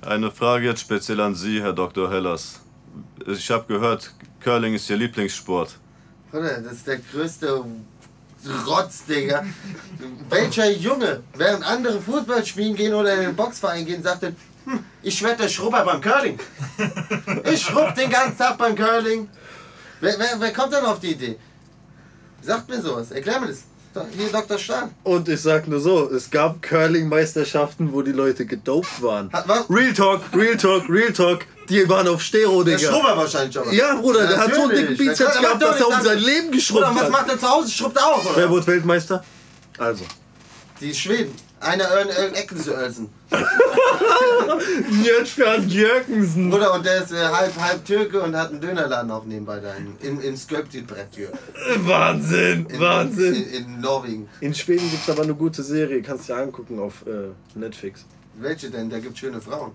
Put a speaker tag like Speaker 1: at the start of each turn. Speaker 1: Eine Frage jetzt speziell an Sie, Herr Dr. Hellers. Ich habe gehört, Curling ist Ihr Lieblingssport.
Speaker 2: Bruder, das ist der größte Rotz, Digga. Welcher Junge, während andere Fußball spielen gehen oder in den Boxverein gehen, sagt dann, hm, ich werd der Schrubber beim Curling. Ich schrubb den ganzen Tag beim Curling. Wer, wer, wer kommt denn auf die Idee? Sagt mir sowas, erklär mir das. Do- Hier, Dr. Stahl.
Speaker 3: Und ich sag nur so, es gab Curling-Meisterschaften, wo die Leute gedopt waren.
Speaker 2: Hat- was?
Speaker 3: Real Talk, Real Talk, Real Talk. Die waren auf Stero,
Speaker 2: Der
Speaker 3: Digga.
Speaker 2: Schrubber wahrscheinlich aber.
Speaker 3: Ja, Bruder, der hat so einen dicken
Speaker 2: Natürlich. Der
Speaker 3: Bizeps
Speaker 2: kann-
Speaker 3: gehabt,
Speaker 2: aber
Speaker 3: dass er um
Speaker 2: dann-
Speaker 3: sein Leben geschrubbt
Speaker 2: Bruder, was
Speaker 3: hat.
Speaker 2: macht er zu Hause? Schrubbt er auch,
Speaker 3: Wer
Speaker 2: oder?
Speaker 3: wurde Weltmeister? Also.
Speaker 2: Die Schweden. Einer Örn Örn Eckensen.
Speaker 3: Jörg Jürgensen.
Speaker 2: Bruder, und der ist äh, halb, halb Türke und hat einen Dönerladen auch nebenbei da. In, in, in Skölpti-Brettür.
Speaker 3: Wahnsinn,
Speaker 2: In,
Speaker 3: Wahnsinn.
Speaker 2: In, in Norwegen.
Speaker 3: In Schweden gibt's aber eine gute Serie, kannst du dir angucken auf äh, Netflix.
Speaker 2: Welche denn? Da gibt schöne Frauen.